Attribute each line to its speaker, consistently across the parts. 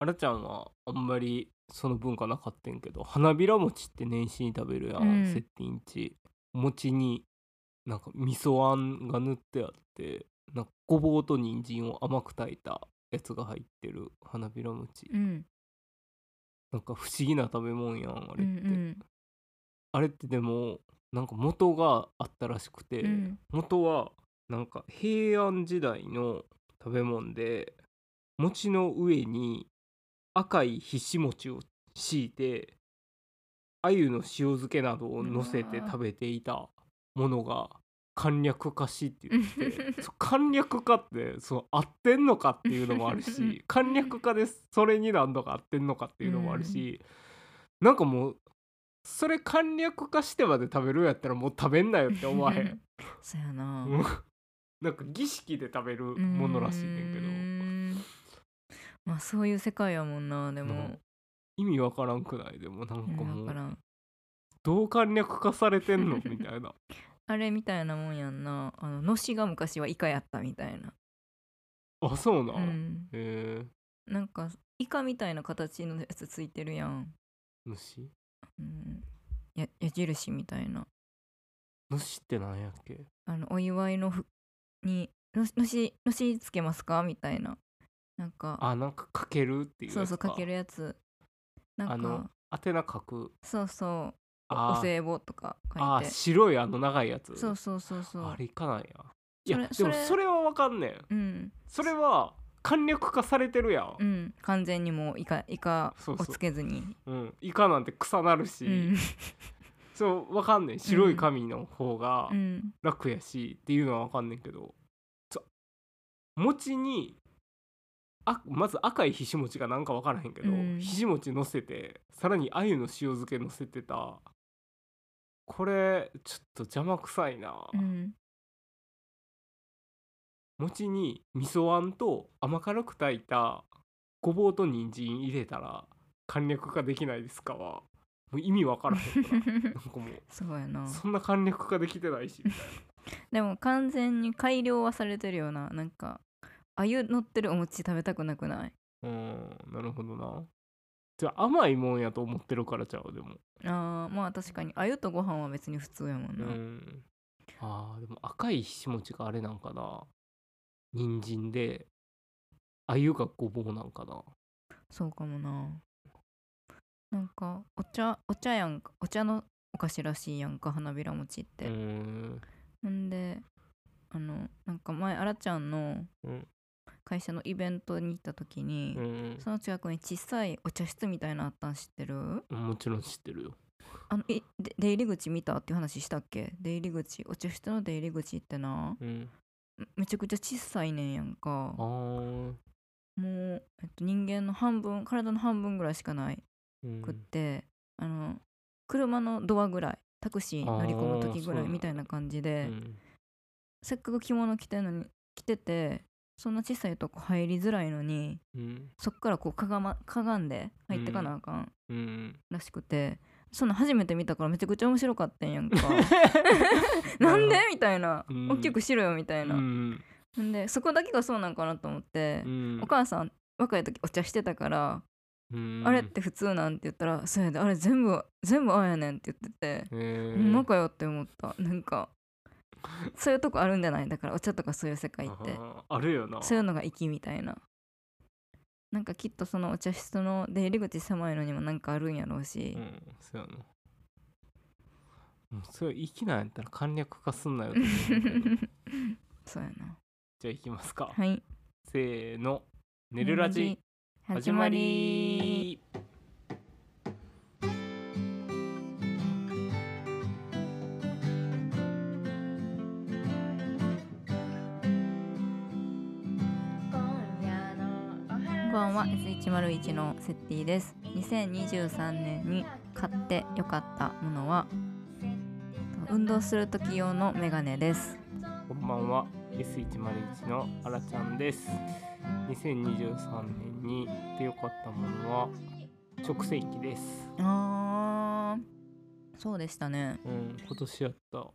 Speaker 1: あらちゃんはあんまりその文化なかったんけど花びら餅って年始に食べるやん、
Speaker 2: うん
Speaker 1: セッティンチ餅になんか味噌あんが塗ってあってなんかごぼうと人参を甘く炊いたやつが入ってる花びら餅、
Speaker 2: うん
Speaker 1: なんか不思議な食べ物やんあ
Speaker 2: う
Speaker 1: れって、
Speaker 2: ん
Speaker 1: あれってでもなんか元があったらしくて、
Speaker 2: うん
Speaker 1: 元はなんか平安時代の食べ物で餅の上に赤いひし餅を敷いて鮎の塩漬けなどを乗せて食べていたものが簡略化しって言って そう簡略化ってそう合ってんのかっていうのもあるし簡略化でそれに何度か合ってんのかっていうのもあるし、なんかもうそれ簡略化してまで食べるんやったらもう食べんなよって思わへん。
Speaker 2: そうやな
Speaker 1: うんなんか儀式で食べるものらしいねんけど
Speaker 2: うーんまあそういう世界やもんなで
Speaker 1: な
Speaker 2: も
Speaker 1: ん意味わからんくないでもなん
Speaker 2: うん
Speaker 1: かも
Speaker 2: だか
Speaker 1: う
Speaker 2: ら
Speaker 1: どう簡略化されてんのみたい な
Speaker 2: あれみたいなもんやんなあののしが昔はイカやったみたいな、
Speaker 1: あそうな、
Speaker 2: うん、
Speaker 1: え
Speaker 2: なんかイカみたいな形のやつついてるやん、
Speaker 1: ー、主
Speaker 2: うん、や矢印みたいな
Speaker 1: 主ってなんやっけ
Speaker 2: あのお祝いのふにののしのしつけますかみたいななんか
Speaker 1: あなんかかけるっていうやつ
Speaker 2: そうそうかけるやつな
Speaker 1: あ
Speaker 2: ん
Speaker 1: の
Speaker 2: か
Speaker 1: 宛名書く
Speaker 2: そうそうお
Speaker 1: あー
Speaker 2: 歳暮とか書
Speaker 1: あ
Speaker 2: いて
Speaker 1: 白いあの長いやつ
Speaker 2: そうそうそうそう
Speaker 1: あれいかないやいやで
Speaker 2: そ
Speaker 1: も
Speaker 2: れ
Speaker 1: それはわかんねん
Speaker 2: うん
Speaker 1: それは簡略化されてるやん
Speaker 2: う、ん完全にもうイカイカ
Speaker 1: そうそ
Speaker 2: を
Speaker 1: う
Speaker 2: つけずに
Speaker 1: うん、イカなんて草なるし、
Speaker 2: うん
Speaker 1: そうわかんねん白い紙の方が、
Speaker 2: うん
Speaker 1: 楽やしっていうのは分かんねんけどそう餅にあまず赤いひし餅がなんか分からへんけど、
Speaker 2: うん
Speaker 1: ひし餅乗せてさらに鮎の塩漬け乗せてたこれちょっと邪魔くさいな、
Speaker 2: うん
Speaker 1: 餅に味噌あんと甘辛く炊いたごぼうと人参入れたら簡略化できないですかはもう意味分からへん からなんかもう
Speaker 2: そうやな
Speaker 1: そんな簡略化できてないしみたい
Speaker 2: でも完全に改良はされてるよななんか鮎乗ってるお餅食べたくなくない
Speaker 1: うんなるほどなじゃあ甘いもんやと思ってるからちゃうでも
Speaker 2: あーまあ確かに鮎とご飯は別に普通やもん
Speaker 1: う
Speaker 2: な、
Speaker 1: んあーでも赤いひしもちがあれなんかな人参で鮎がごぼうなんかな
Speaker 2: そうかもななんかお茶お茶やんかお茶のお菓子らしいやんか花びら餅っ
Speaker 1: う
Speaker 2: て、
Speaker 1: ーん
Speaker 2: ほんであのなんか前あらちゃんの
Speaker 1: うん
Speaker 2: 会社のイベントに行った時に、
Speaker 1: うん
Speaker 2: その近くに小さいお茶室みたいなのあったん知ってる
Speaker 1: もちろん知ってるよ
Speaker 2: あのいで出入り口見たっていう話したっけ出入り口お茶室の出入り口ってな
Speaker 1: うん
Speaker 2: めめちゃくちゃ小さいねんやんか
Speaker 1: あー
Speaker 2: もう、えっと、人間の半分体の半分ぐらいしかない
Speaker 1: うん
Speaker 2: くって、あの車のドアぐらいタクシー乗り込む
Speaker 1: あ
Speaker 2: 時ぐら
Speaker 1: ーそうないんだ
Speaker 2: みたいな感じ
Speaker 1: う
Speaker 2: で、
Speaker 1: ん
Speaker 2: せっかく着物着てんのに着ててそんな小さいとこ入りづらいのに
Speaker 1: うん
Speaker 2: そっからこうかが,、ま、かがんで入ってかなあかん
Speaker 1: うん
Speaker 2: らしくてそんなん初めて見たからめちゃくちゃ面白かったんや んかなんでみたいな、
Speaker 1: うん
Speaker 2: 大きくしろよみた
Speaker 1: う
Speaker 2: いな、
Speaker 1: ん
Speaker 2: ほんでそこだけがそうなんかなと思って
Speaker 1: う、ん
Speaker 2: お母さん若い時お茶してたから、
Speaker 1: うん
Speaker 2: あれって普通なんて言ったらそうやであれ全部全部ああやねんって言ってて、
Speaker 1: えー
Speaker 2: うん、まかよって思ったなんかそういうとこあるんじゃないだからお茶とかそういう世界って
Speaker 1: あーあるよな
Speaker 2: そういうのが粋みたいななんかきっとそのお茶室の出入り口狭いのにもなんかあるんやろうし、
Speaker 1: うん、そうやな。もうそれ生きなんやったら簡略化すんなよって思うけど
Speaker 2: そうやな
Speaker 1: じゃあ行きます か。
Speaker 2: はい
Speaker 1: せーの。寝るラジ
Speaker 2: 始まり。
Speaker 3: こんばん
Speaker 2: こんは
Speaker 3: は
Speaker 2: S101 のセッティです2023年に買ってよかったものは運動する時用のメガネです
Speaker 1: こんばんは。S101 のあらちゃんです。2023年に買ってよかったものは食洗機です。
Speaker 2: あーそうでしたね
Speaker 1: うん、今年やった。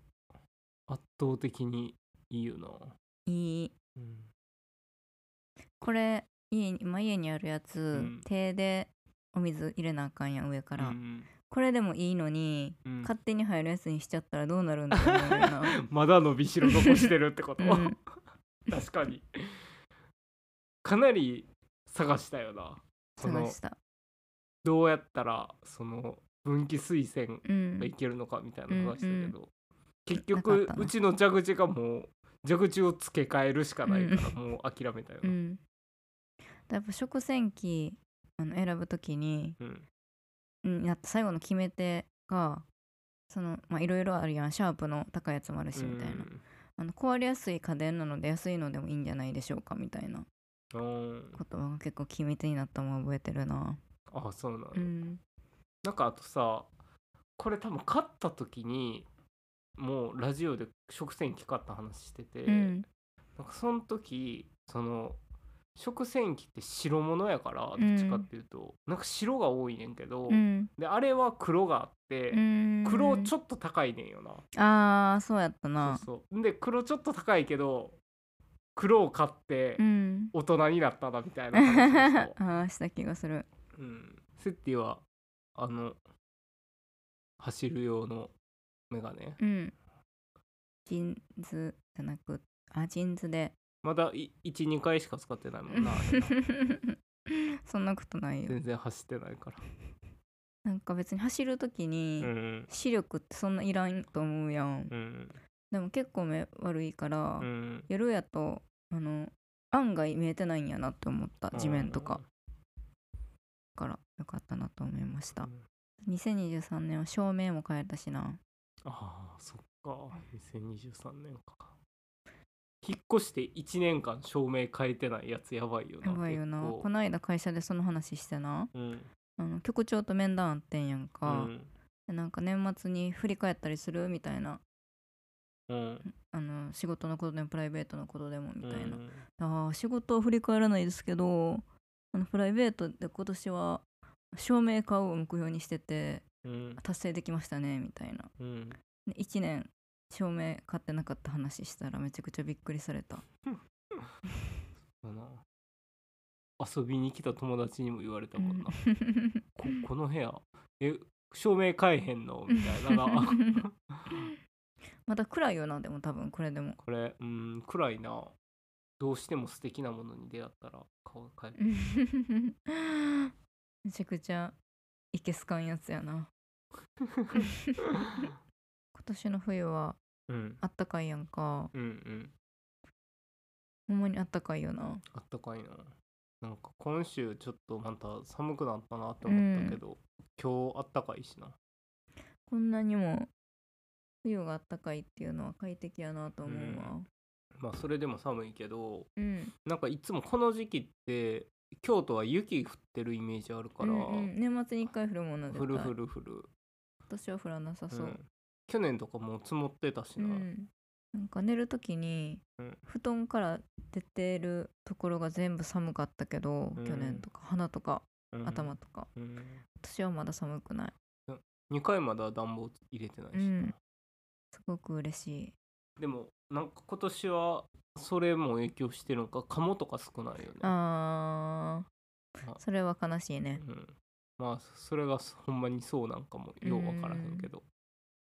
Speaker 1: 圧倒的にいいよな。
Speaker 2: いい
Speaker 1: うん、
Speaker 2: これ家に今家にあるやつ、
Speaker 1: ん
Speaker 2: 手でお水入れなあかんやん上から、
Speaker 1: うん
Speaker 2: これでもいいのに、
Speaker 1: うん
Speaker 2: 勝手に入るやつにしちゃったらどうなるんだろうな
Speaker 1: まだ伸びしろ残してるってこと、
Speaker 2: うん
Speaker 1: 確かにかなり探したよなこ
Speaker 2: 探
Speaker 1: の
Speaker 2: した
Speaker 1: どうやったらその分岐水栓
Speaker 2: うん
Speaker 1: がいけるのかみたいなの話だけど、
Speaker 2: うん
Speaker 1: 結
Speaker 2: な
Speaker 1: 局
Speaker 2: かったな
Speaker 1: うちの蛇口がもう蛇口を付け替えるしかないからもう諦めたよ
Speaker 2: う
Speaker 1: な、
Speaker 2: んやっぱ食洗機あの選ぶときに、
Speaker 1: うん
Speaker 2: うん、やっぱ最後の決め手がそのまあいろいろあるやんシャープの高いやつもあるしみたいな、あの壊れやすい家電なので安いのでもいいんじゃないでしょうかみたいな
Speaker 1: うんうん
Speaker 2: 言葉が結構決め手になったのを覚えてるな
Speaker 1: あそうなの、
Speaker 2: うん
Speaker 1: なんかあとさこれ多分買った時にもうラジオで食洗機買った話してて、
Speaker 2: うん
Speaker 1: なんかその時その食洗機って白物やからど
Speaker 2: うん
Speaker 1: っちかっていうと、なんか白が多いねんけど、
Speaker 2: うん
Speaker 1: であれは黒があって、
Speaker 2: うん
Speaker 1: 黒ちょっと高いねんよな、
Speaker 2: ああそうやったな
Speaker 1: そうそうで黒ちょっと高いけど黒を買って
Speaker 2: うん
Speaker 1: 大人になったなみたいな話を し
Speaker 2: ああした気がする
Speaker 1: う、うん、セッティはあの走る用のメガネ
Speaker 2: うんジーンズじゃなくあジーンズで
Speaker 1: まだ12回しか使ってないも んな
Speaker 2: そんなことないよ
Speaker 1: 全然走ってないから、
Speaker 2: なんか別に走る時
Speaker 1: う
Speaker 2: に
Speaker 1: ん
Speaker 2: 視力ってそんないらんと思うやん
Speaker 1: うん
Speaker 2: でも結構目悪いから
Speaker 1: うん、
Speaker 2: 夜やとあの案外見えてないんやなって思った地面とかからよかったなと思いまし
Speaker 1: う
Speaker 2: た
Speaker 1: ん
Speaker 2: 2023年は照明も変えたしな
Speaker 1: ああそっか2023年か引っ越して1年間照明変えてないやつやばいよな
Speaker 2: やばいよな
Speaker 1: 結構
Speaker 2: こないだ会社でその話してな
Speaker 1: うん
Speaker 2: あの局長と面談あってんやん
Speaker 1: う
Speaker 2: か、
Speaker 1: ん
Speaker 2: でなんか年末に振り返ったりするみたいな
Speaker 1: うん
Speaker 2: あの仕事のことでもプライベートのことでもみたいな
Speaker 1: う、ん
Speaker 2: あー仕事は振り返らないですけどあのプライベートで今年は照明買うを目標にしてて
Speaker 1: うん
Speaker 2: 達成できましたねみたいな
Speaker 1: うん
Speaker 2: で1年照明買ってなかった話したらめちゃくちゃびっくりされた
Speaker 1: そうな遊びに来た友達にも言われたもんな、ここの部屋え照明変えへんのみたいなな
Speaker 2: また暗いよなでも多分これでも
Speaker 1: これうん暗いなどうしても素敵なものに出会ったら顔変え る
Speaker 2: めちゃくちゃいけすかんやつやな今年の冬は
Speaker 1: うん
Speaker 2: あったかいやんか
Speaker 1: うんうん
Speaker 2: ほんまにあったかいよな
Speaker 1: あったかいな。なんか今週ちょっとまた寒くなったなって思ったけど、今日あったかいしな。
Speaker 2: こんなにも冬があったかいっていうのは快適やなと思うわ
Speaker 1: まあそれでも寒いけど、
Speaker 2: うん、
Speaker 1: なんかいつもこの時期って京都は雪降ってるイメージあるから、
Speaker 2: うんうん年末に1回降るもので
Speaker 1: 降る降
Speaker 2: 今
Speaker 1: る降る。
Speaker 2: 年は降らなさそうう、
Speaker 1: ん去年とかもう積もってたしな。
Speaker 2: うんなんか寝る時に
Speaker 1: うん
Speaker 2: 布団から出てるところが全部寒かったけど、
Speaker 1: うん
Speaker 2: 去年とか鼻とか
Speaker 1: うん
Speaker 2: 頭とか、
Speaker 1: うん
Speaker 2: 私はまだ寒くない
Speaker 1: 2回まだ暖房入れてないしな、
Speaker 2: うんすごく嬉しい
Speaker 1: でもなんか今年はそれも影響してるのか鴨とか少ないよね
Speaker 2: あー
Speaker 1: あ
Speaker 2: それは悲しいね
Speaker 1: うん、まあそれがほんまにそうなんかもようわからへんけど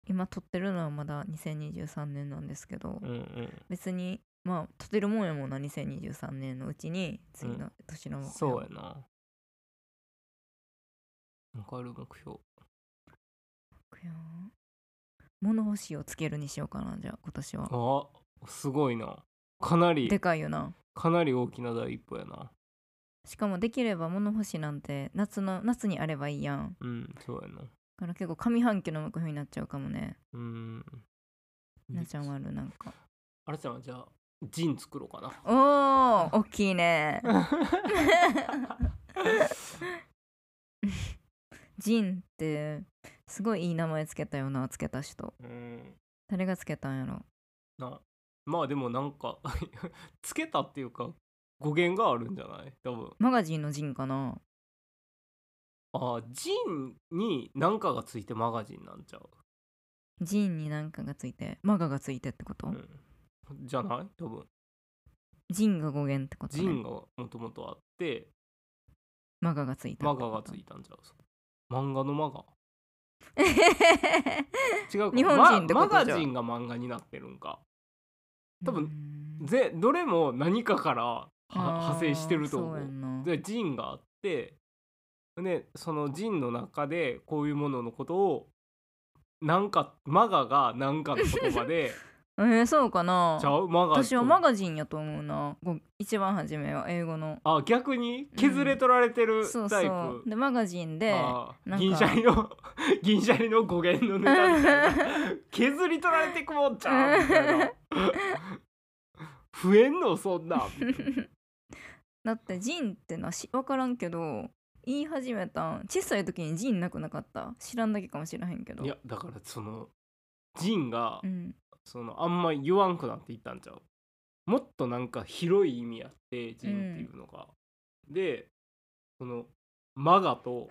Speaker 2: 今撮ってるのはまだ2023年なんですけど、
Speaker 1: うんうん
Speaker 2: 別にまあ撮ってるもんやもんな2023年のうちに次の年の目標、
Speaker 1: そうやななんかある目標
Speaker 2: いや物干しをつけるにしようかなじゃあ今年は
Speaker 1: あすごいなかなり
Speaker 2: でかいよな
Speaker 1: かなり大きな第一歩やな
Speaker 2: しかもできれば物干しなんて夏の夏にあればいいやん
Speaker 1: うんそうやな
Speaker 2: だから結構上半期の目標になっちゃうかもね
Speaker 1: うん
Speaker 2: なちゃんはあるなんか
Speaker 1: あれちゃんはじゃあジン作ろうかな
Speaker 2: おお大きいねジンってすごいいい名前つけたよなつけた人
Speaker 1: うん
Speaker 2: 誰がつけたんやろ
Speaker 1: なまあでもなんか つけたっていうか語源があるんじゃない多分
Speaker 2: マガジンのジンかな
Speaker 1: ああジンに何かがついてマガジンなんちゃう
Speaker 2: ジンになんかがついてマガがついてってこと、
Speaker 1: うんじゃない多分
Speaker 2: 人が語源ってこと
Speaker 1: 人
Speaker 2: ね
Speaker 1: がもともとあって
Speaker 2: マガがついた
Speaker 1: マガがつ いたんちゃう漫画のマガ違うか
Speaker 2: 日本人ってこと
Speaker 1: ママ
Speaker 2: じゃ
Speaker 1: ガ
Speaker 2: あ
Speaker 1: ジンが漫画になってるんか多分
Speaker 2: 分
Speaker 1: ぜどれも何かからは派生してると思
Speaker 2: そうや
Speaker 1: うん
Speaker 2: な
Speaker 1: でジンがあってでそのジンの中でこういうもののことをなんかマガがなんかの言葉 で
Speaker 2: えー、そうかな
Speaker 1: ちゃうマガ
Speaker 2: 私はマガジンやと思うなご一番初めは英語の
Speaker 1: あ逆に削れ取られてる
Speaker 2: そう
Speaker 1: タイプ、
Speaker 2: そうでマガジンで
Speaker 1: あー
Speaker 2: なんか
Speaker 1: 銀シャリの 銀シャリの語源のネタみたいな 削り取られてくもんちゃうみたいな増えんのそん なんみたいな
Speaker 2: だってジンってなし分からんけど言い始めたん小さい時にジンなくなかった知らんだけかもしれへんけど
Speaker 1: いやだからそのジンが、
Speaker 2: うん
Speaker 1: そのあんま言わんくなっていったんちゃうもっとなんか広い意味あってジンっていうのが、でそのマガと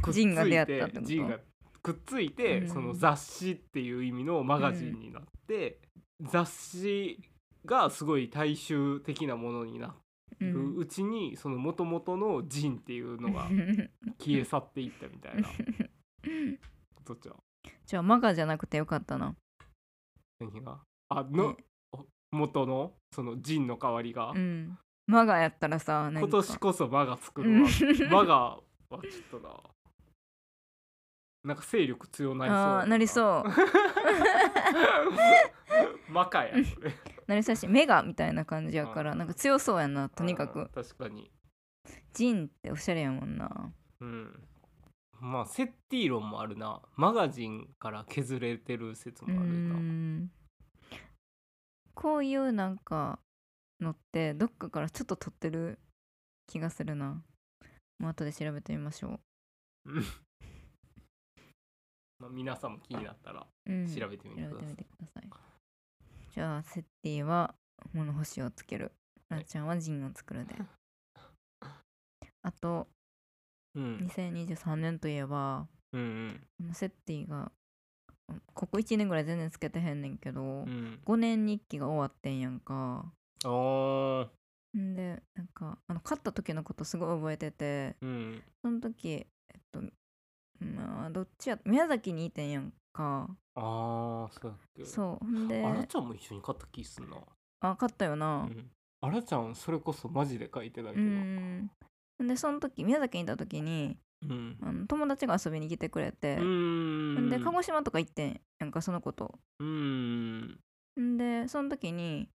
Speaker 1: くっつい
Speaker 2: ジンが出会った
Speaker 1: て
Speaker 2: ってこと
Speaker 1: ジンがくっついて、
Speaker 2: うん
Speaker 1: その雑誌っていう意味のマガジンになって、雑誌がすごい大衆的なものにな
Speaker 2: う
Speaker 1: る
Speaker 2: ん
Speaker 1: うちに、その元々のジンっていうのが消え去っていったみたいなことちゃう
Speaker 2: じゃあマガじゃなくてよかったな
Speaker 1: 何があのお元のそのジンの代わりが、
Speaker 2: うんマガやったらさ何か
Speaker 1: 今年こそマガ作るわマガはちょっとななんか勢力強なりそうや
Speaker 2: あーな
Speaker 1: う
Speaker 2: りそう
Speaker 1: マカやそれ
Speaker 2: なりそうやしメガみたいな感じやからなんか強そうやなとにか
Speaker 1: うん
Speaker 2: く
Speaker 1: 確かに
Speaker 2: ジンっておしゃれやもんな
Speaker 1: うんまあセッティ論もあるなマガジンから削れてる説もある
Speaker 2: うー
Speaker 1: なん
Speaker 2: こういうなんかのってどっかからちょっと取ってる気がするなもう後で調べてみましょ
Speaker 1: まあ、皆さんも気になったら
Speaker 2: う、うん
Speaker 1: 調べてみてくださ
Speaker 2: 調
Speaker 1: い
Speaker 2: べてみてくださいじゃあセッティは物干しをつけるランちゃんはジンを 作るであと
Speaker 1: うん
Speaker 2: 2023年といえば
Speaker 1: うんうん
Speaker 2: あのセッティがここ1年ぐらい全然つけてへんねんけど、
Speaker 1: うん
Speaker 2: 5年日記が終わってんやんか
Speaker 1: あー
Speaker 2: んでなんかあの勝った時のことすごい覚えてて
Speaker 1: うん
Speaker 2: その時えっとまあどっちや宮崎にいてんやんか
Speaker 1: あーそうやっけ
Speaker 2: そうほんで
Speaker 1: あらちゃんも一緒に買った気すんな、
Speaker 2: あ勝ったよ
Speaker 1: う
Speaker 2: な
Speaker 1: んあらちゃんそれこそマジで書いてたけ
Speaker 2: う
Speaker 1: ど、
Speaker 2: んほんでその時宮崎にいた時に
Speaker 1: うん
Speaker 2: あの友達が遊びに来てくれて
Speaker 1: う、ん
Speaker 2: ほんで鹿児島とか行ってんやんかそのこと
Speaker 1: うん
Speaker 2: んでその時に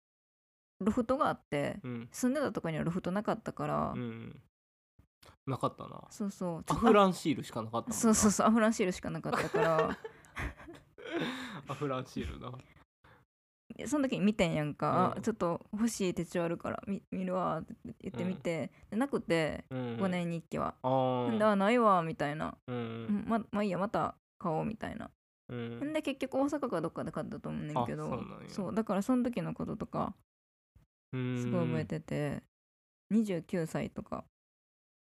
Speaker 2: ロフトがあって
Speaker 1: うん
Speaker 2: 住んでたとこにはロフトなかったから、
Speaker 1: うんなかったな
Speaker 2: そうそうち
Speaker 1: ア
Speaker 2: ょっと
Speaker 1: フランシールしかなかったもんな
Speaker 2: そうそうそうアフランシールしかなかったから
Speaker 1: アフランシールな
Speaker 2: でその時に見てんやんか、あ
Speaker 1: うん
Speaker 2: ちょっと欲しい手帳あるから見見るわって言ってみて、でなくて
Speaker 1: うん
Speaker 2: 5年日記は、
Speaker 1: あ
Speaker 2: ほん
Speaker 1: ー
Speaker 2: であないわみたいな、
Speaker 1: う
Speaker 2: うんんままあいいやまた買おうみたいな、
Speaker 1: うん
Speaker 2: ほんで結局大阪かどっかで買ったと思うねんけど
Speaker 1: あそうなんや
Speaker 2: そうだからその時のこととか
Speaker 1: うん
Speaker 2: すごい覚えてて、29歳とか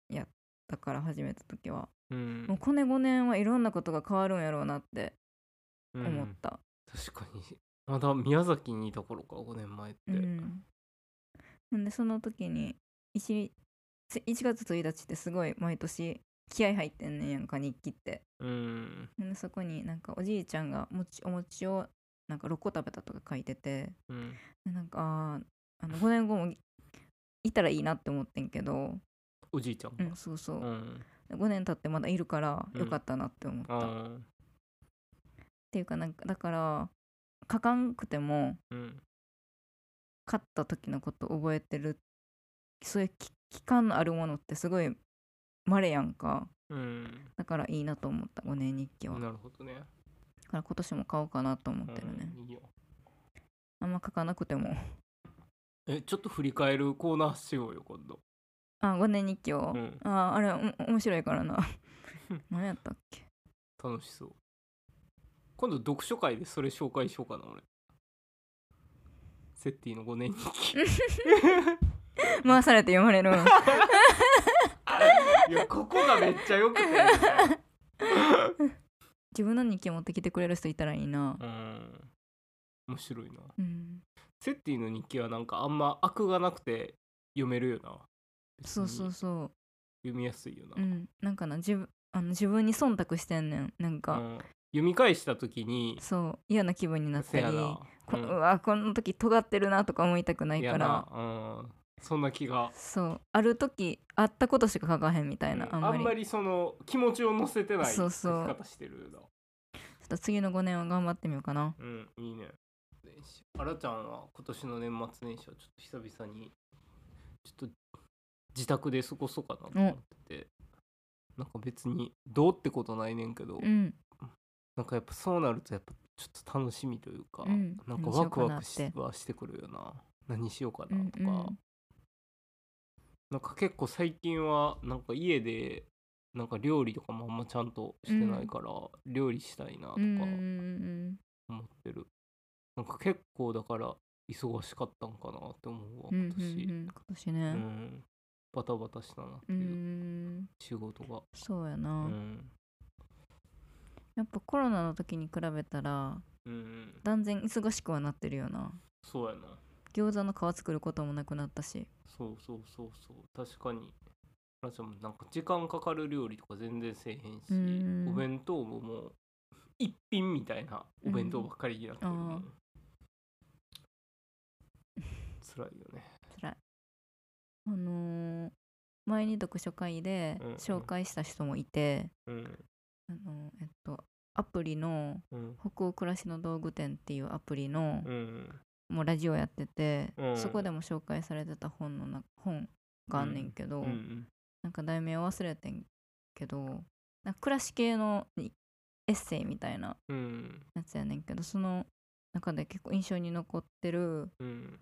Speaker 2: やったから始めた時は、
Speaker 1: うん
Speaker 2: もうこの5年はいろんなことが変わるんやろうなって
Speaker 1: うん
Speaker 2: 思った、
Speaker 1: 確かにまだ宮崎にいた頃か5年前って、
Speaker 2: うん、ほんでその時に 1, 1月1日ってすごい毎年気合入ってんねんやんか日記って
Speaker 1: うん
Speaker 2: ほんでそこになんかおじいちゃんがもちお餅をなんか6個食べたとか書いてて
Speaker 1: うん
Speaker 2: でなんかあーあの5年後もいたらいいなって思ってんけど、
Speaker 1: おじいちゃん
Speaker 2: う
Speaker 1: が
Speaker 2: ん、そうそうう、
Speaker 1: ん
Speaker 2: 5年経ってまだいるからよかったなって思った、
Speaker 1: う
Speaker 2: っ
Speaker 1: ん
Speaker 2: ていうかなんかだから書かんくても
Speaker 1: うん
Speaker 2: 勝った時のこと覚えてるそういうき期間のあるものってすごい稀やんか
Speaker 1: うん
Speaker 2: だからいいなと思った5年日記はだ
Speaker 1: なるほどね
Speaker 2: から今年も買おうかなと思ってるね、
Speaker 1: うんいいよ
Speaker 2: あんま書かなくても
Speaker 1: えちょっと振り返るコーナーしようよ今度
Speaker 2: あ5年日記を、
Speaker 1: うん
Speaker 2: ああれお面白いか らな何やったっけ
Speaker 1: 楽しそう今度読書会でそれ紹介しようかな俺セッティの5年 日記
Speaker 2: 回されて読まれる
Speaker 1: いやここがめっちゃよくて
Speaker 2: 自分の日記持ってきてくれる人いたらいいな
Speaker 1: うん面白いな
Speaker 2: うん
Speaker 1: セッティの日記はなんかあんま悪がなくて読めるよな別
Speaker 2: そう
Speaker 1: に
Speaker 2: そうそ
Speaker 1: 読みやすいよな、
Speaker 2: ううんなんかな自分あの自分に忖度してんねんなんか、
Speaker 1: うん読み返した時に
Speaker 2: そう嫌な気分になった
Speaker 1: せ
Speaker 2: り
Speaker 1: やな、
Speaker 2: こ
Speaker 1: うん
Speaker 2: うわこの時尖ってるなとか思いたくない
Speaker 1: いや
Speaker 2: から
Speaker 1: な、うん、そんな気が
Speaker 2: そうある時あったことしか書かへんみたいな、
Speaker 1: うん
Speaker 2: あん
Speaker 1: あ
Speaker 2: まり
Speaker 1: んまりその気持ちを乗せてない
Speaker 2: そ
Speaker 1: 書
Speaker 2: う
Speaker 1: き
Speaker 2: そう
Speaker 1: 方してるな
Speaker 2: ちょっと次の5年は頑張ってみようかな
Speaker 1: うんいいね年始あらちゃんは今年の年末年始はちょっと久々にちょっと自宅で過ごそうかなと思っててなんか別にどうってことないねんけど、
Speaker 2: うん
Speaker 1: なんかやっぱそうなるとやっぱちょっと楽しみというか、
Speaker 2: うん
Speaker 1: なんかワクワク
Speaker 2: 何しよう
Speaker 1: し
Speaker 2: かなっ
Speaker 1: はしてくるよな何しようか
Speaker 2: う
Speaker 1: なんとか、
Speaker 2: うん
Speaker 1: なんか結構最近はなんか家でなんか料理とかもあんまちゃんとしてないから、料理したいなとか
Speaker 2: うんうんうん
Speaker 1: 思ってる、なんか結構だから忙しかったんかなって思うわ
Speaker 2: うんうんうん
Speaker 1: 今年、
Speaker 2: 今年
Speaker 1: う
Speaker 2: ね
Speaker 1: んバタバタしたなって
Speaker 2: う
Speaker 1: いう、
Speaker 2: ん
Speaker 1: 仕事が、
Speaker 2: そうや
Speaker 1: う
Speaker 2: な、
Speaker 1: ん
Speaker 2: やっぱコロナの時に比べたら
Speaker 1: うん、
Speaker 2: 断然忙しくはなってるよな
Speaker 1: そうやな
Speaker 2: 餃子の皮作ることもなくなったし
Speaker 1: そうそうそうそう確かにあらちゃんもなんか時間かかる料理とか全然せえへんし、
Speaker 2: うん
Speaker 1: お弁当ももう一品みたいなお弁当ばっかりになってるも
Speaker 2: うんん
Speaker 1: 辛いよね
Speaker 2: 辛いあのー前に読書会で
Speaker 1: うんうん
Speaker 2: 紹介した人もいて、
Speaker 1: うん
Speaker 2: あのーえっとアプリの
Speaker 1: うん
Speaker 2: 北欧暮らしの道具店っていうアプリの、
Speaker 1: うん
Speaker 2: もうラジオやってて、
Speaker 1: うん
Speaker 2: そこでも紹介されてた本のな本があんねんけど、
Speaker 1: うんうん
Speaker 2: なんか題名は忘れてんけどなんか暮らし系のにエッセイみたいな
Speaker 1: うん
Speaker 2: やつやねんけどその中で結構印象に残ってる
Speaker 1: うん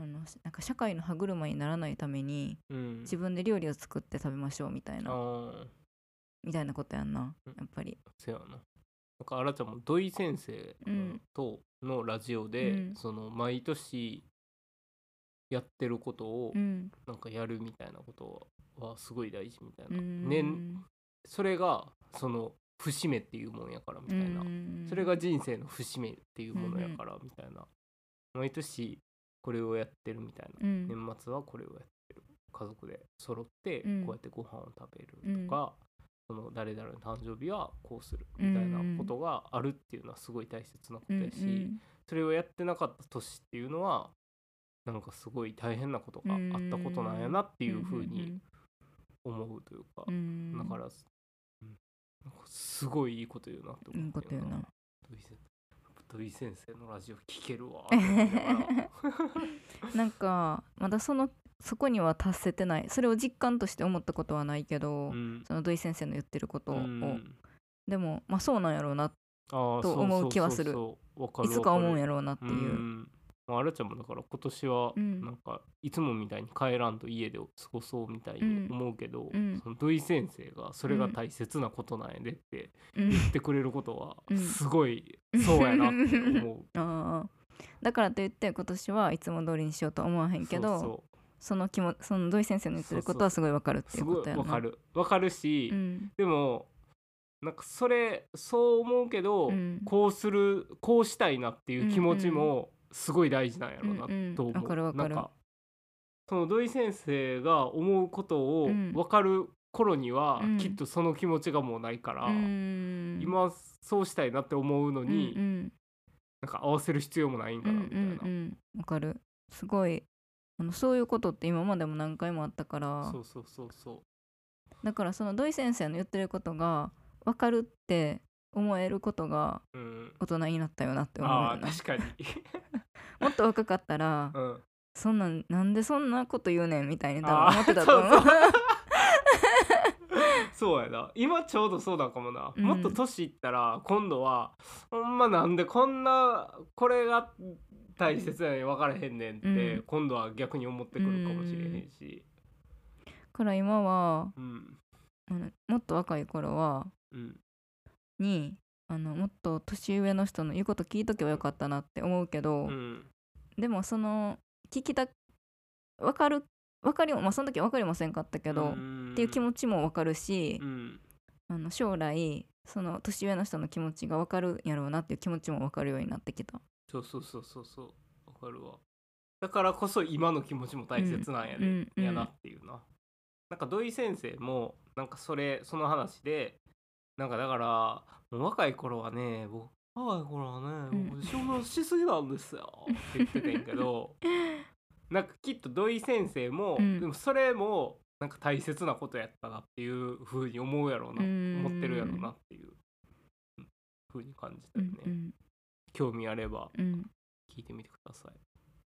Speaker 2: あのしなんか社会の歯車にならないために
Speaker 1: うん
Speaker 2: 自分で料理を作って食べましょうみたい
Speaker 1: あ
Speaker 2: な
Speaker 1: ー
Speaker 2: みたいなことやんな
Speaker 1: うん
Speaker 2: やっぱり
Speaker 1: せやななんかあらちゃんも土井先生
Speaker 2: うん
Speaker 1: とのラジオで、
Speaker 2: うん
Speaker 1: その毎年やってることを
Speaker 2: うん
Speaker 1: なんかやるみたいなことはすごい大事みたいな、
Speaker 2: うん
Speaker 1: 年それがその節目っていうもんやからみたいな、
Speaker 2: うん
Speaker 1: それが人生の節目っていうものやからみたいな、毎年これをやってるみたいな、
Speaker 2: うん
Speaker 1: 年末はこれをやってる家族で揃ってこ
Speaker 2: うん
Speaker 1: うやってご飯を食べるとか、その誰々の誕生日はこうする
Speaker 2: うん
Speaker 1: みたいなことがあるっていうのはすごい大切なことやし、
Speaker 2: うん
Speaker 1: それをやってなかった年っていうのはなんかすごい大変なことがあったことなんやなっていうふうに思うというか、
Speaker 2: うんうんうん
Speaker 1: だから、うんなんかすごいいいこと言うなって
Speaker 2: い
Speaker 1: 思
Speaker 2: いこと言うな
Speaker 1: 土井先土井先生のラジオ聞け るわって思いながら
Speaker 2: なんかまだそのそこには達せてないそれを実感として思ったことはないけど、
Speaker 1: うん
Speaker 2: その土井先生の言ってることを、
Speaker 1: うん
Speaker 2: でもまあそうなんやろうな
Speaker 1: あー
Speaker 2: と思う気はする
Speaker 1: そうそうそうわか
Speaker 2: い
Speaker 1: る
Speaker 2: つか思うんや
Speaker 1: っ
Speaker 2: ろうなっていう、
Speaker 1: あらちゃんもだから今年は
Speaker 2: うん
Speaker 1: なんかいつもみたいに帰らんと家で過ごそうみたいに思うけど、
Speaker 2: うん
Speaker 1: その土井先生がそれが大切なことなんやでって
Speaker 2: うん
Speaker 1: 言ってくれること
Speaker 2: う
Speaker 1: は
Speaker 2: ん
Speaker 1: すごいそうやなって思う。
Speaker 2: ああだからといって今年はいつも通りにしようとは思わへん けどそ
Speaker 1: そうそう
Speaker 2: の気もその土井先生の言ってることはすごいわかるってい
Speaker 1: す
Speaker 2: うこ
Speaker 1: ご
Speaker 2: と
Speaker 1: い
Speaker 2: やな
Speaker 1: わかるわかるし、
Speaker 2: うん
Speaker 1: でもなんかそれそう思うけど、
Speaker 2: うん
Speaker 1: こうするこうしたいなっていう気持ちもすごい大事なんやろうな
Speaker 2: うんうん
Speaker 1: と思う。
Speaker 2: わかるわかる
Speaker 1: なんかその土井先生が思うことを
Speaker 2: うん
Speaker 1: 分かる頃には、
Speaker 2: うん
Speaker 1: きっとその気持ちがもうないから、
Speaker 2: うん
Speaker 1: 今そうしたいなって思うのに、
Speaker 2: うん
Speaker 1: なんか合わせる必要もないん
Speaker 2: う
Speaker 1: か
Speaker 2: ん
Speaker 1: な
Speaker 2: う
Speaker 1: み
Speaker 2: ん
Speaker 1: た
Speaker 2: う
Speaker 1: いな。
Speaker 2: んうんわかるすごいあのそういうことって今までも何回もあったから
Speaker 1: そうそうそうそう。
Speaker 2: だからその土井先生の言ってることが分かるって思えることが
Speaker 1: うん、
Speaker 2: 大人になったよなって思うよ
Speaker 1: あ
Speaker 2: な
Speaker 1: あ確かに。
Speaker 2: もっと若かったら
Speaker 1: うん
Speaker 2: そんなんなんでそんなこと言うねんみたいに多分
Speaker 1: あー
Speaker 2: 思ってたと思う
Speaker 1: そうそうやな今ちょうどそうだかもな、
Speaker 2: うん
Speaker 1: もっと年いったら今度はほんまなんでこんなこれが大切やねん分からへんねんって、
Speaker 2: うん
Speaker 1: 今度は逆に思ってくるかもしれへんし
Speaker 2: から今は
Speaker 1: うん
Speaker 2: あのもっと若い頃は
Speaker 1: うん
Speaker 2: にあのもっと年上の人の言うこと聞いとけばよかったなって思うけど、
Speaker 1: うん
Speaker 2: でもその聞きた分かる分かりもまあその時は分かりませんかったけど、っていう気持ちも分かるし
Speaker 1: う、ん
Speaker 2: あの将来その年上の人の気持ちが分かるんやろうなっていう気持ちも分かるようになってきた。
Speaker 1: そうそうそうそうそうわかるわだからこそ今の気持ちも大切なんやで、
Speaker 2: うんうん
Speaker 1: やなっていうななんか土井先生もなんかそれその話でなんかだからもう若い頃はね僕若い頃は
Speaker 2: う
Speaker 1: ね
Speaker 2: ん
Speaker 1: 僕消耗しすぎなんですよって言っててんけ どなんかきっと土井先生も、
Speaker 2: うん
Speaker 1: でもそれもなんか大切なことやったなっていう風に思うやろうな
Speaker 2: うん
Speaker 1: 思ってるやろうなっていううん風に感じた
Speaker 2: う
Speaker 1: よね
Speaker 2: ん、うん
Speaker 1: 興味あれば
Speaker 2: うん
Speaker 1: 聞いてみてください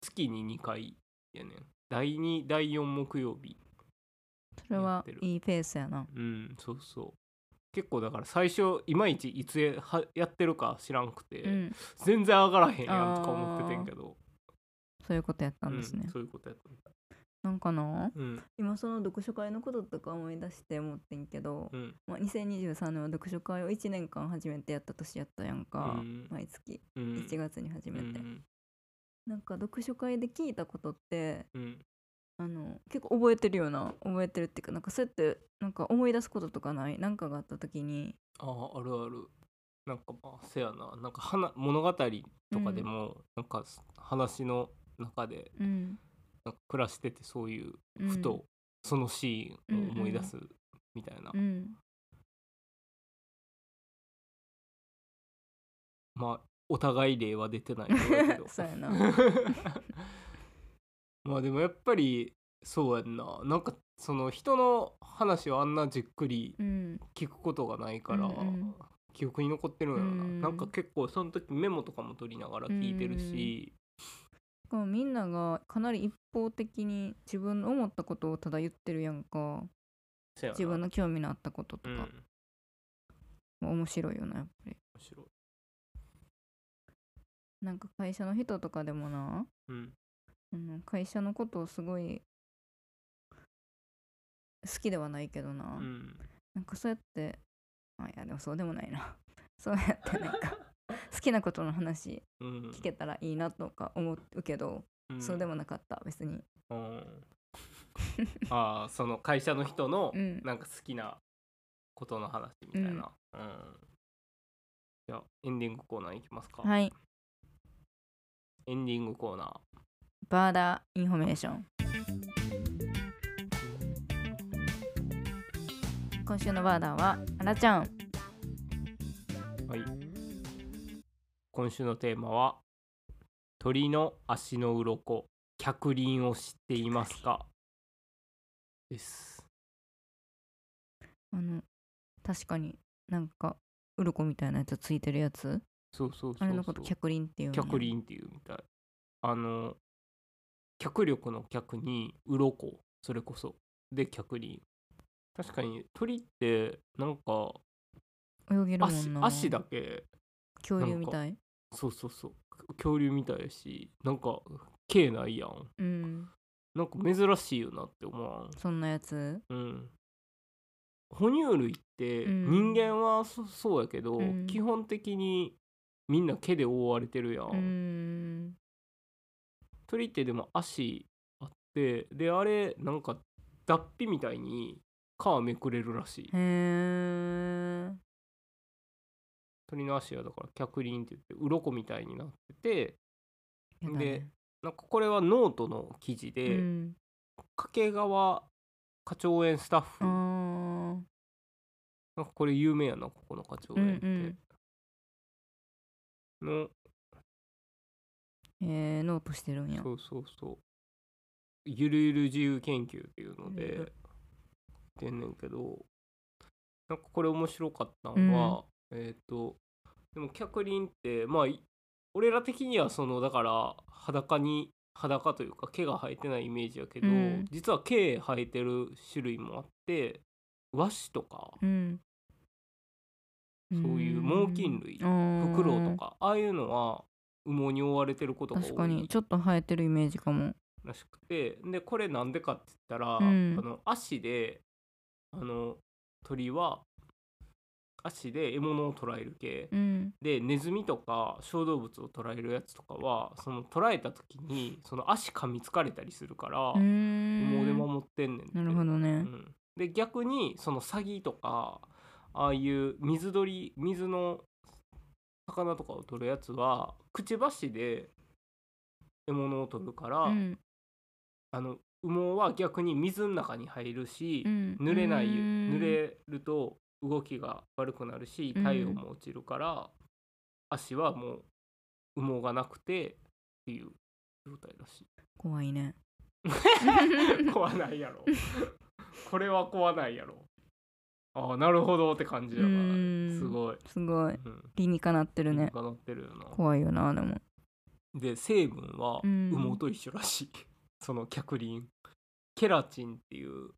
Speaker 1: 月に2回やねん第2第4木曜日
Speaker 2: それはいいペースやな
Speaker 1: うんそうそう結構だから最初いまいちいつやはやってるか知らんくて、
Speaker 2: うん
Speaker 1: 全然上がらへんやんとか思っててんけど
Speaker 2: そういうことやったんですね
Speaker 1: うん、そういうことやったみたい
Speaker 2: なんかな
Speaker 1: うん
Speaker 2: 今その読書会のこととか思い出して思ってんけど、
Speaker 1: うん
Speaker 2: まあ、2023年は読書会を1年間初めてやった年やったやんか、
Speaker 1: うん
Speaker 2: 毎月
Speaker 1: うん
Speaker 2: 1月に始
Speaker 1: う
Speaker 2: めて、
Speaker 1: ん
Speaker 2: なんか読書会で聞いたことって
Speaker 1: うん
Speaker 2: あの結構覚えてるような覚えてるっていうかなんかそうやってなんか思い出すこととかないなんかがあった時に
Speaker 1: あああるあるなんかまあせやななんか花物語とかでも、なんか話の中で
Speaker 2: うん、
Speaker 1: なんか暮らしててそういう
Speaker 2: うん、
Speaker 1: ふとそのシーンを思い出すみたいな、
Speaker 2: うん
Speaker 1: まあお互い例は出てないと思うけど
Speaker 2: そうやな
Speaker 1: まあでもやっぱりそうやんななんかその人の話をあんなじっくり
Speaker 2: うん
Speaker 1: 聞くことがないから、
Speaker 2: うんうん
Speaker 1: 記憶に残ってるんやろな、
Speaker 2: うん
Speaker 1: なんか結構その時メモとかも取りながら聞いてるし、
Speaker 2: しかもみんながかなり一方的に自分の思ったことをただ言ってるやんか
Speaker 1: せやな
Speaker 2: 自分の興味のあったことと
Speaker 1: うん
Speaker 2: か
Speaker 1: 面、
Speaker 2: まあ面白いよなやっぱり
Speaker 1: 白い
Speaker 2: なんか会社の人とかでもな
Speaker 1: うん
Speaker 2: あの会社のことをすごい好きではないけどな、
Speaker 1: うん
Speaker 2: なんかそうやってあいやでもそうでもない なそうやってなんか好きなことの話
Speaker 1: うん
Speaker 2: 聞けたらいいなとか思うけど、
Speaker 1: うん
Speaker 2: そうでもなかった別に
Speaker 1: うんああその会社の人の
Speaker 2: うん
Speaker 1: なんか好きなことの話みたいな、うんじゃあエンディングコーナーいきますか、
Speaker 2: はい
Speaker 1: エンディングコーナー
Speaker 2: バーダーインフォメーション今週のバーダーはあらちゃん
Speaker 1: はい今週のテーマは鳥の足の鱗脚輪を知っていますかです
Speaker 2: あの確かになんか鱗みたいなやつついてるやつ
Speaker 1: そうそうそうそう
Speaker 2: あれのこと脚輪っていうんや
Speaker 1: 脚輪っていうみたいあの脚力の脚に鱗それこそで脚輪確かに鳥ってなんか
Speaker 2: 泳げるも
Speaker 1: 足
Speaker 2: んな
Speaker 1: 足だけ
Speaker 2: 恐竜みたい
Speaker 1: そうそうそう恐竜みたいやしなんか毛ないやん
Speaker 2: うん
Speaker 1: なんか珍しいよなって思わん
Speaker 2: そんなやつ
Speaker 1: うん哺乳類って
Speaker 2: うん
Speaker 1: 人間はそ,、うやけど、
Speaker 2: うん
Speaker 1: 基本的にみんな毛で覆われてるや
Speaker 2: うーん
Speaker 1: 鳥ってでも足あってであれなんか脱皮みたいに皮めくれるらしい
Speaker 2: へえ
Speaker 1: 鳥の足はだから脚輪って言って鱗みたいになっててでなんかこれはノートの記事で、
Speaker 2: うん、
Speaker 1: 掛川花鳥園スタッフ
Speaker 2: あー
Speaker 1: なんかこれ有名やなここの花鳥園って、
Speaker 2: うん
Speaker 1: の
Speaker 2: えー、ノートしてるんや
Speaker 1: そうそうそうゆるゆる自由研究っていうの
Speaker 2: ゆるゆ
Speaker 1: で
Speaker 2: る
Speaker 1: 出んねんけどなんかこれ面白かったのは、えっ、とでも脚輪ってまあい俺ら的にはそのだから裸に裸というか毛が生えてないイメージやけど、
Speaker 2: うん
Speaker 1: 実は毛生えてる種類もあって和紙とか
Speaker 2: うん
Speaker 1: そういう猛禽類フクロウとかああいうのは羽毛に覆われてること
Speaker 2: あ
Speaker 1: が
Speaker 2: ー
Speaker 1: 多い
Speaker 2: 確かにちょっと生えてるイメージかも
Speaker 1: らしくてでこれなんでかって言ったら、
Speaker 2: うん
Speaker 1: あの足であの鳥は足で獲物を捕らえる系、
Speaker 2: うん
Speaker 1: でネズミとか小動物を捕らえるやつとかはその捕らえた時にその足噛みつかれたりするから
Speaker 2: うー
Speaker 1: 羽
Speaker 2: ん
Speaker 1: 毛で守ってんねんって
Speaker 2: なるほど
Speaker 1: う
Speaker 2: ね
Speaker 1: ん、で逆にそのサギとかああいう水鳥水の魚とかを取るやつはくちばしで獲物を取るから、
Speaker 2: うん
Speaker 1: あの羽毛は逆に水の中に入るし、
Speaker 2: うん
Speaker 1: 濡れないう
Speaker 2: ーん
Speaker 1: 濡れると動きが悪くなるし
Speaker 2: うん
Speaker 1: 体温も落ちるから、足はもう羽毛がなくてっていう状態だし
Speaker 2: 怖い ね
Speaker 1: い 壊ないやろこれは壊ないやろああなるほどって感じや
Speaker 2: う
Speaker 1: な
Speaker 2: ーん
Speaker 1: すごい、
Speaker 2: すごい
Speaker 1: うん、
Speaker 2: 理にかなってるね
Speaker 1: かなってるよな
Speaker 2: 怖いよなでも
Speaker 1: で成分は
Speaker 2: うん
Speaker 1: 羽毛と一緒らしい、 その脚輪ケラチンっていう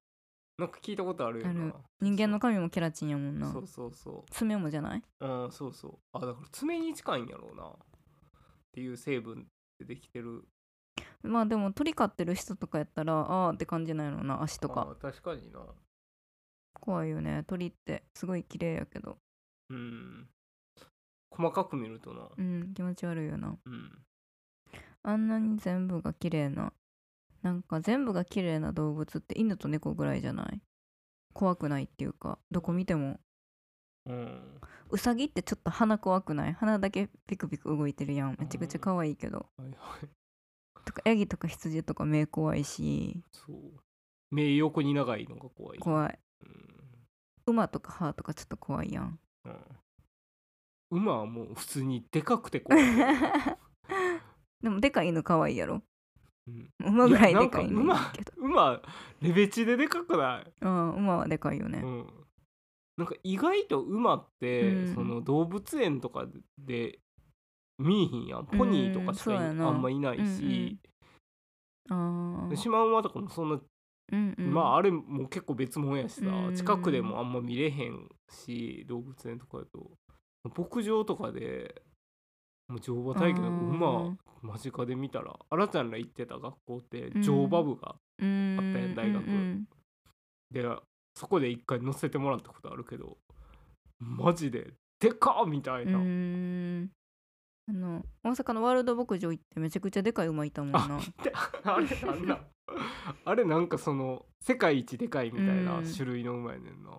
Speaker 1: なんか聞いたことあるよ
Speaker 2: ある
Speaker 1: な
Speaker 2: 人間の髪もケラチンやもんな
Speaker 1: そうそうそ
Speaker 2: 爪もじゃないう
Speaker 1: うんそうそうあだから爪に近いんやろうなっていう成分でできてる
Speaker 2: まあでも鳥飼ってる人とかやったらあーって感じないのな足と
Speaker 1: あ
Speaker 2: か
Speaker 1: ー確かにな
Speaker 2: 怖いよね鳥ってすごい綺麗やけど
Speaker 1: うん細かく見るとな
Speaker 2: うん気持ち悪いよな
Speaker 1: うん
Speaker 2: あんなに全部が綺麗ななんか全部が綺麗な動物って犬と猫ぐらいじゃない怖くないっていうかどこ見ても
Speaker 1: うん
Speaker 2: ウサギってちょっと鼻怖くない鼻だけピクピク動いてるやんめちゃくちゃ可愛いけど
Speaker 1: はいはい
Speaker 2: とかヤギとか羊とか目怖いし
Speaker 1: そう目横に長いのが怖い
Speaker 2: 怖い
Speaker 1: うん
Speaker 2: 馬とか歯とかちょっと怖い やん
Speaker 1: うん馬はもう普通にでかくて怖 い
Speaker 2: でもでかい犬可愛いやろ
Speaker 1: うん
Speaker 2: 馬ぐらいでかい
Speaker 1: いや
Speaker 2: 犬
Speaker 1: なん
Speaker 2: い
Speaker 1: か
Speaker 2: るけど
Speaker 1: 馬レベチででかくない
Speaker 2: うん馬はでかいよね
Speaker 1: うん、なんか意外と馬って、
Speaker 2: うん
Speaker 1: その動物園とかで見えへんやんポニーとかしかい
Speaker 2: うんそうやな
Speaker 1: あんまいないし、
Speaker 2: あー
Speaker 1: シマウマとかもそんな、
Speaker 2: うんうん
Speaker 1: まああれも結構別物やしさ、
Speaker 2: うん
Speaker 1: 近くでもあんま見れへんし動物園とかだと牧場とかでもう乗馬体験の
Speaker 2: あー
Speaker 1: 馬間近で見たらあらちゃんら行ってた学校って乗馬部が、
Speaker 2: うん
Speaker 1: あったやん大学
Speaker 2: うんうん
Speaker 1: でそこで一回乗せてもらったことあるけどマジででかっみたいうな。
Speaker 2: ーんあの大阪のワールド牧場行ってめちゃくちゃでかい馬いたもんな
Speaker 1: であれなん だあれなんかその世界一でかいみたいな
Speaker 2: うん
Speaker 1: 種類の馬やねんな,、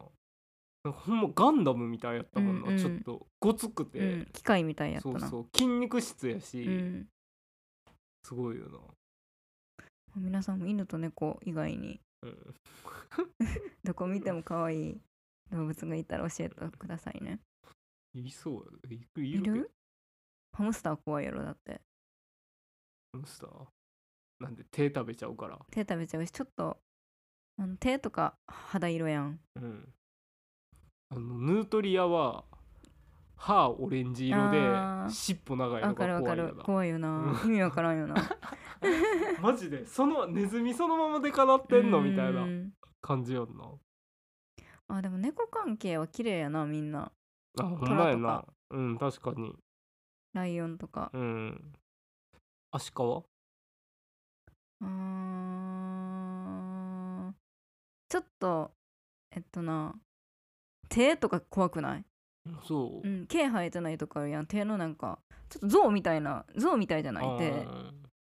Speaker 1: なんかほんまガンダムみたいやったもんな、
Speaker 2: うんうん
Speaker 1: ちょっとごつくて、
Speaker 2: うん機械みたいやった
Speaker 1: そう
Speaker 2: な
Speaker 1: そう筋肉質やし、
Speaker 2: うん
Speaker 1: すごいよ
Speaker 2: 皆さんも犬と猫以外に
Speaker 1: な、うん、
Speaker 2: どこ見ても可愛い動物がいたら教えてくださいね
Speaker 1: いそうやいるい
Speaker 2: い
Speaker 1: るけど
Speaker 2: るハムスターは怖いやろだって
Speaker 1: モンスターなんで手食べちゃうから、
Speaker 2: 手食べちゃうしちょっとあの手とか肌色やん
Speaker 1: うん、あのヌートリアは歯オレンジ色で
Speaker 2: あー
Speaker 1: 尻尾長いの
Speaker 2: わ
Speaker 1: が
Speaker 2: かるわ
Speaker 1: 怖
Speaker 2: か
Speaker 1: いよ
Speaker 2: る
Speaker 1: な
Speaker 2: 怖いよな意味わからんよな
Speaker 1: マジでそのネズミそのままでかなってんのみたいな
Speaker 2: うん
Speaker 1: 感じやんな
Speaker 2: あでも猫関係は綺麗やなみんな
Speaker 1: あほん
Speaker 2: 虎
Speaker 1: まや
Speaker 2: と
Speaker 1: な
Speaker 2: か
Speaker 1: うん確かに
Speaker 2: ライオンとか
Speaker 1: うんアシカは
Speaker 2: うーんちょっとえっとな手とか怖くない、
Speaker 1: そうう、
Speaker 2: ん、毛生えてないとかあるやん手のなんかちょっと象みたいな象みたいじゃない
Speaker 1: あ
Speaker 2: 手
Speaker 1: ー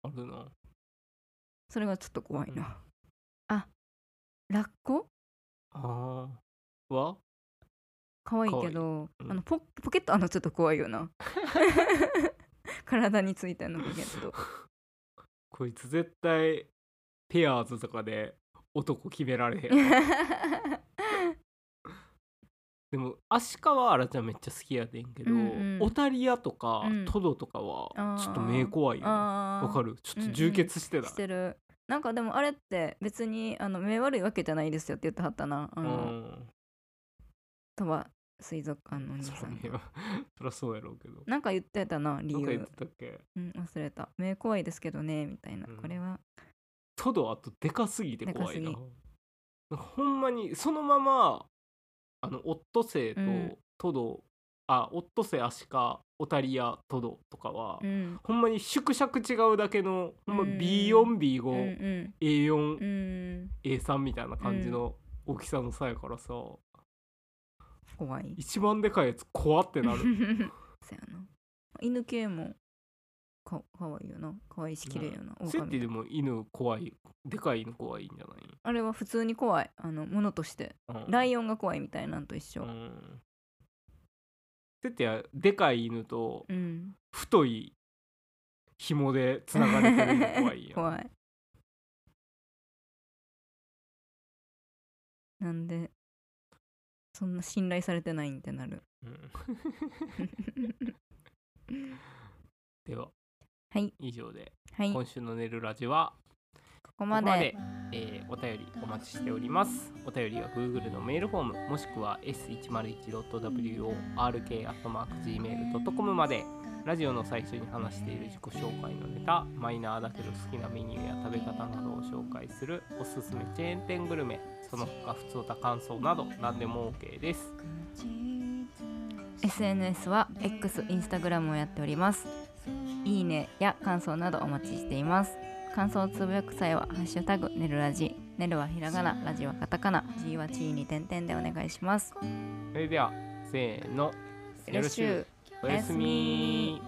Speaker 1: あるな
Speaker 2: それがちょっと怖い
Speaker 1: うん
Speaker 2: な、あラッコ
Speaker 1: あーは
Speaker 2: 可愛いけど
Speaker 1: 可愛いうん
Speaker 2: あのポポケットあのちょっと怖い よな体についてんのポケット
Speaker 1: こいつ絶対ペアーズとかで男決められへん
Speaker 2: う
Speaker 1: でもアシカはあらちゃんめっちゃ好きやでんけど、
Speaker 2: うんうん
Speaker 1: オタリアとか、
Speaker 2: うん
Speaker 1: トドとかは
Speaker 2: あー
Speaker 1: ちょっと目怖いよ
Speaker 2: ん
Speaker 1: な
Speaker 2: あー
Speaker 1: わかるちょっと充血してない
Speaker 2: してるなんかでもあれって別にあの目悪いわけじゃないですよって言ってはったなあ
Speaker 1: う
Speaker 2: の、
Speaker 1: ん
Speaker 2: 鳥羽水族館のお兄
Speaker 1: そ
Speaker 2: さん
Speaker 1: り
Speaker 2: が
Speaker 1: ゃ そりゃそうやろうけど
Speaker 2: なんか言ってたな理
Speaker 1: なんか言っ
Speaker 2: 由
Speaker 1: て、たっけ
Speaker 2: うん、忘れた目怖いですけどねみたいな、
Speaker 1: うん
Speaker 2: これは
Speaker 1: トドあとでかすぎて怖いな
Speaker 2: でか
Speaker 1: なんかほんまにそのままあのオットセイと
Speaker 2: うん
Speaker 1: トド、あオットセイアシカオタリアトドとかは、
Speaker 2: うん
Speaker 1: ほんまに縮尺違うだけのほんま
Speaker 2: うん
Speaker 1: B4B5A4A3、
Speaker 2: うんうん
Speaker 1: A4
Speaker 2: うん、
Speaker 1: A3 みたいな感じの大きさの差やからさ、
Speaker 2: 怖い。
Speaker 1: 一番でかいやつ怖って な
Speaker 2: そ
Speaker 1: る
Speaker 2: やな。犬系もかかわいいよな。かわいいし綺麗よな。
Speaker 1: セッテ
Speaker 2: 狼
Speaker 1: ィでも犬怖いでかい犬怖いんじゃ
Speaker 2: あれは普通に怖い。あの、ものとして。
Speaker 1: ない、うん
Speaker 2: ライオンが怖いみたいなんと一緒。
Speaker 1: うんセッティはでかい犬と
Speaker 2: うん。
Speaker 1: 太い紐でつながれてるの怖いやん
Speaker 2: 怖いなんでそんな信頼されてないんってなる
Speaker 1: うんでは、
Speaker 2: はい、
Speaker 1: 以上で
Speaker 2: はいこ
Speaker 1: 今週の「寝るラジは
Speaker 2: こ
Speaker 1: ここ
Speaker 2: まで
Speaker 1: まで、えーお便りお待ちしておりますお便りは Google のメールフォームもしくは s101.work.gmail.com までラジオの最初に話している自己紹介のネタマイナーだけど好きなメニューや食べ方などを紹介するおすすめチェーン店グルメその他普通た感想など何でも OK です
Speaker 2: SNS は X インスタグラムをやっておりますいいねや感想などお待ちしています感想をつぶやく際は「ハッシュタグねるラジ」ねるはひらがなラジはカタカナ G はチーに点々でお願いします
Speaker 1: それではせーのよろしゅうおやすみ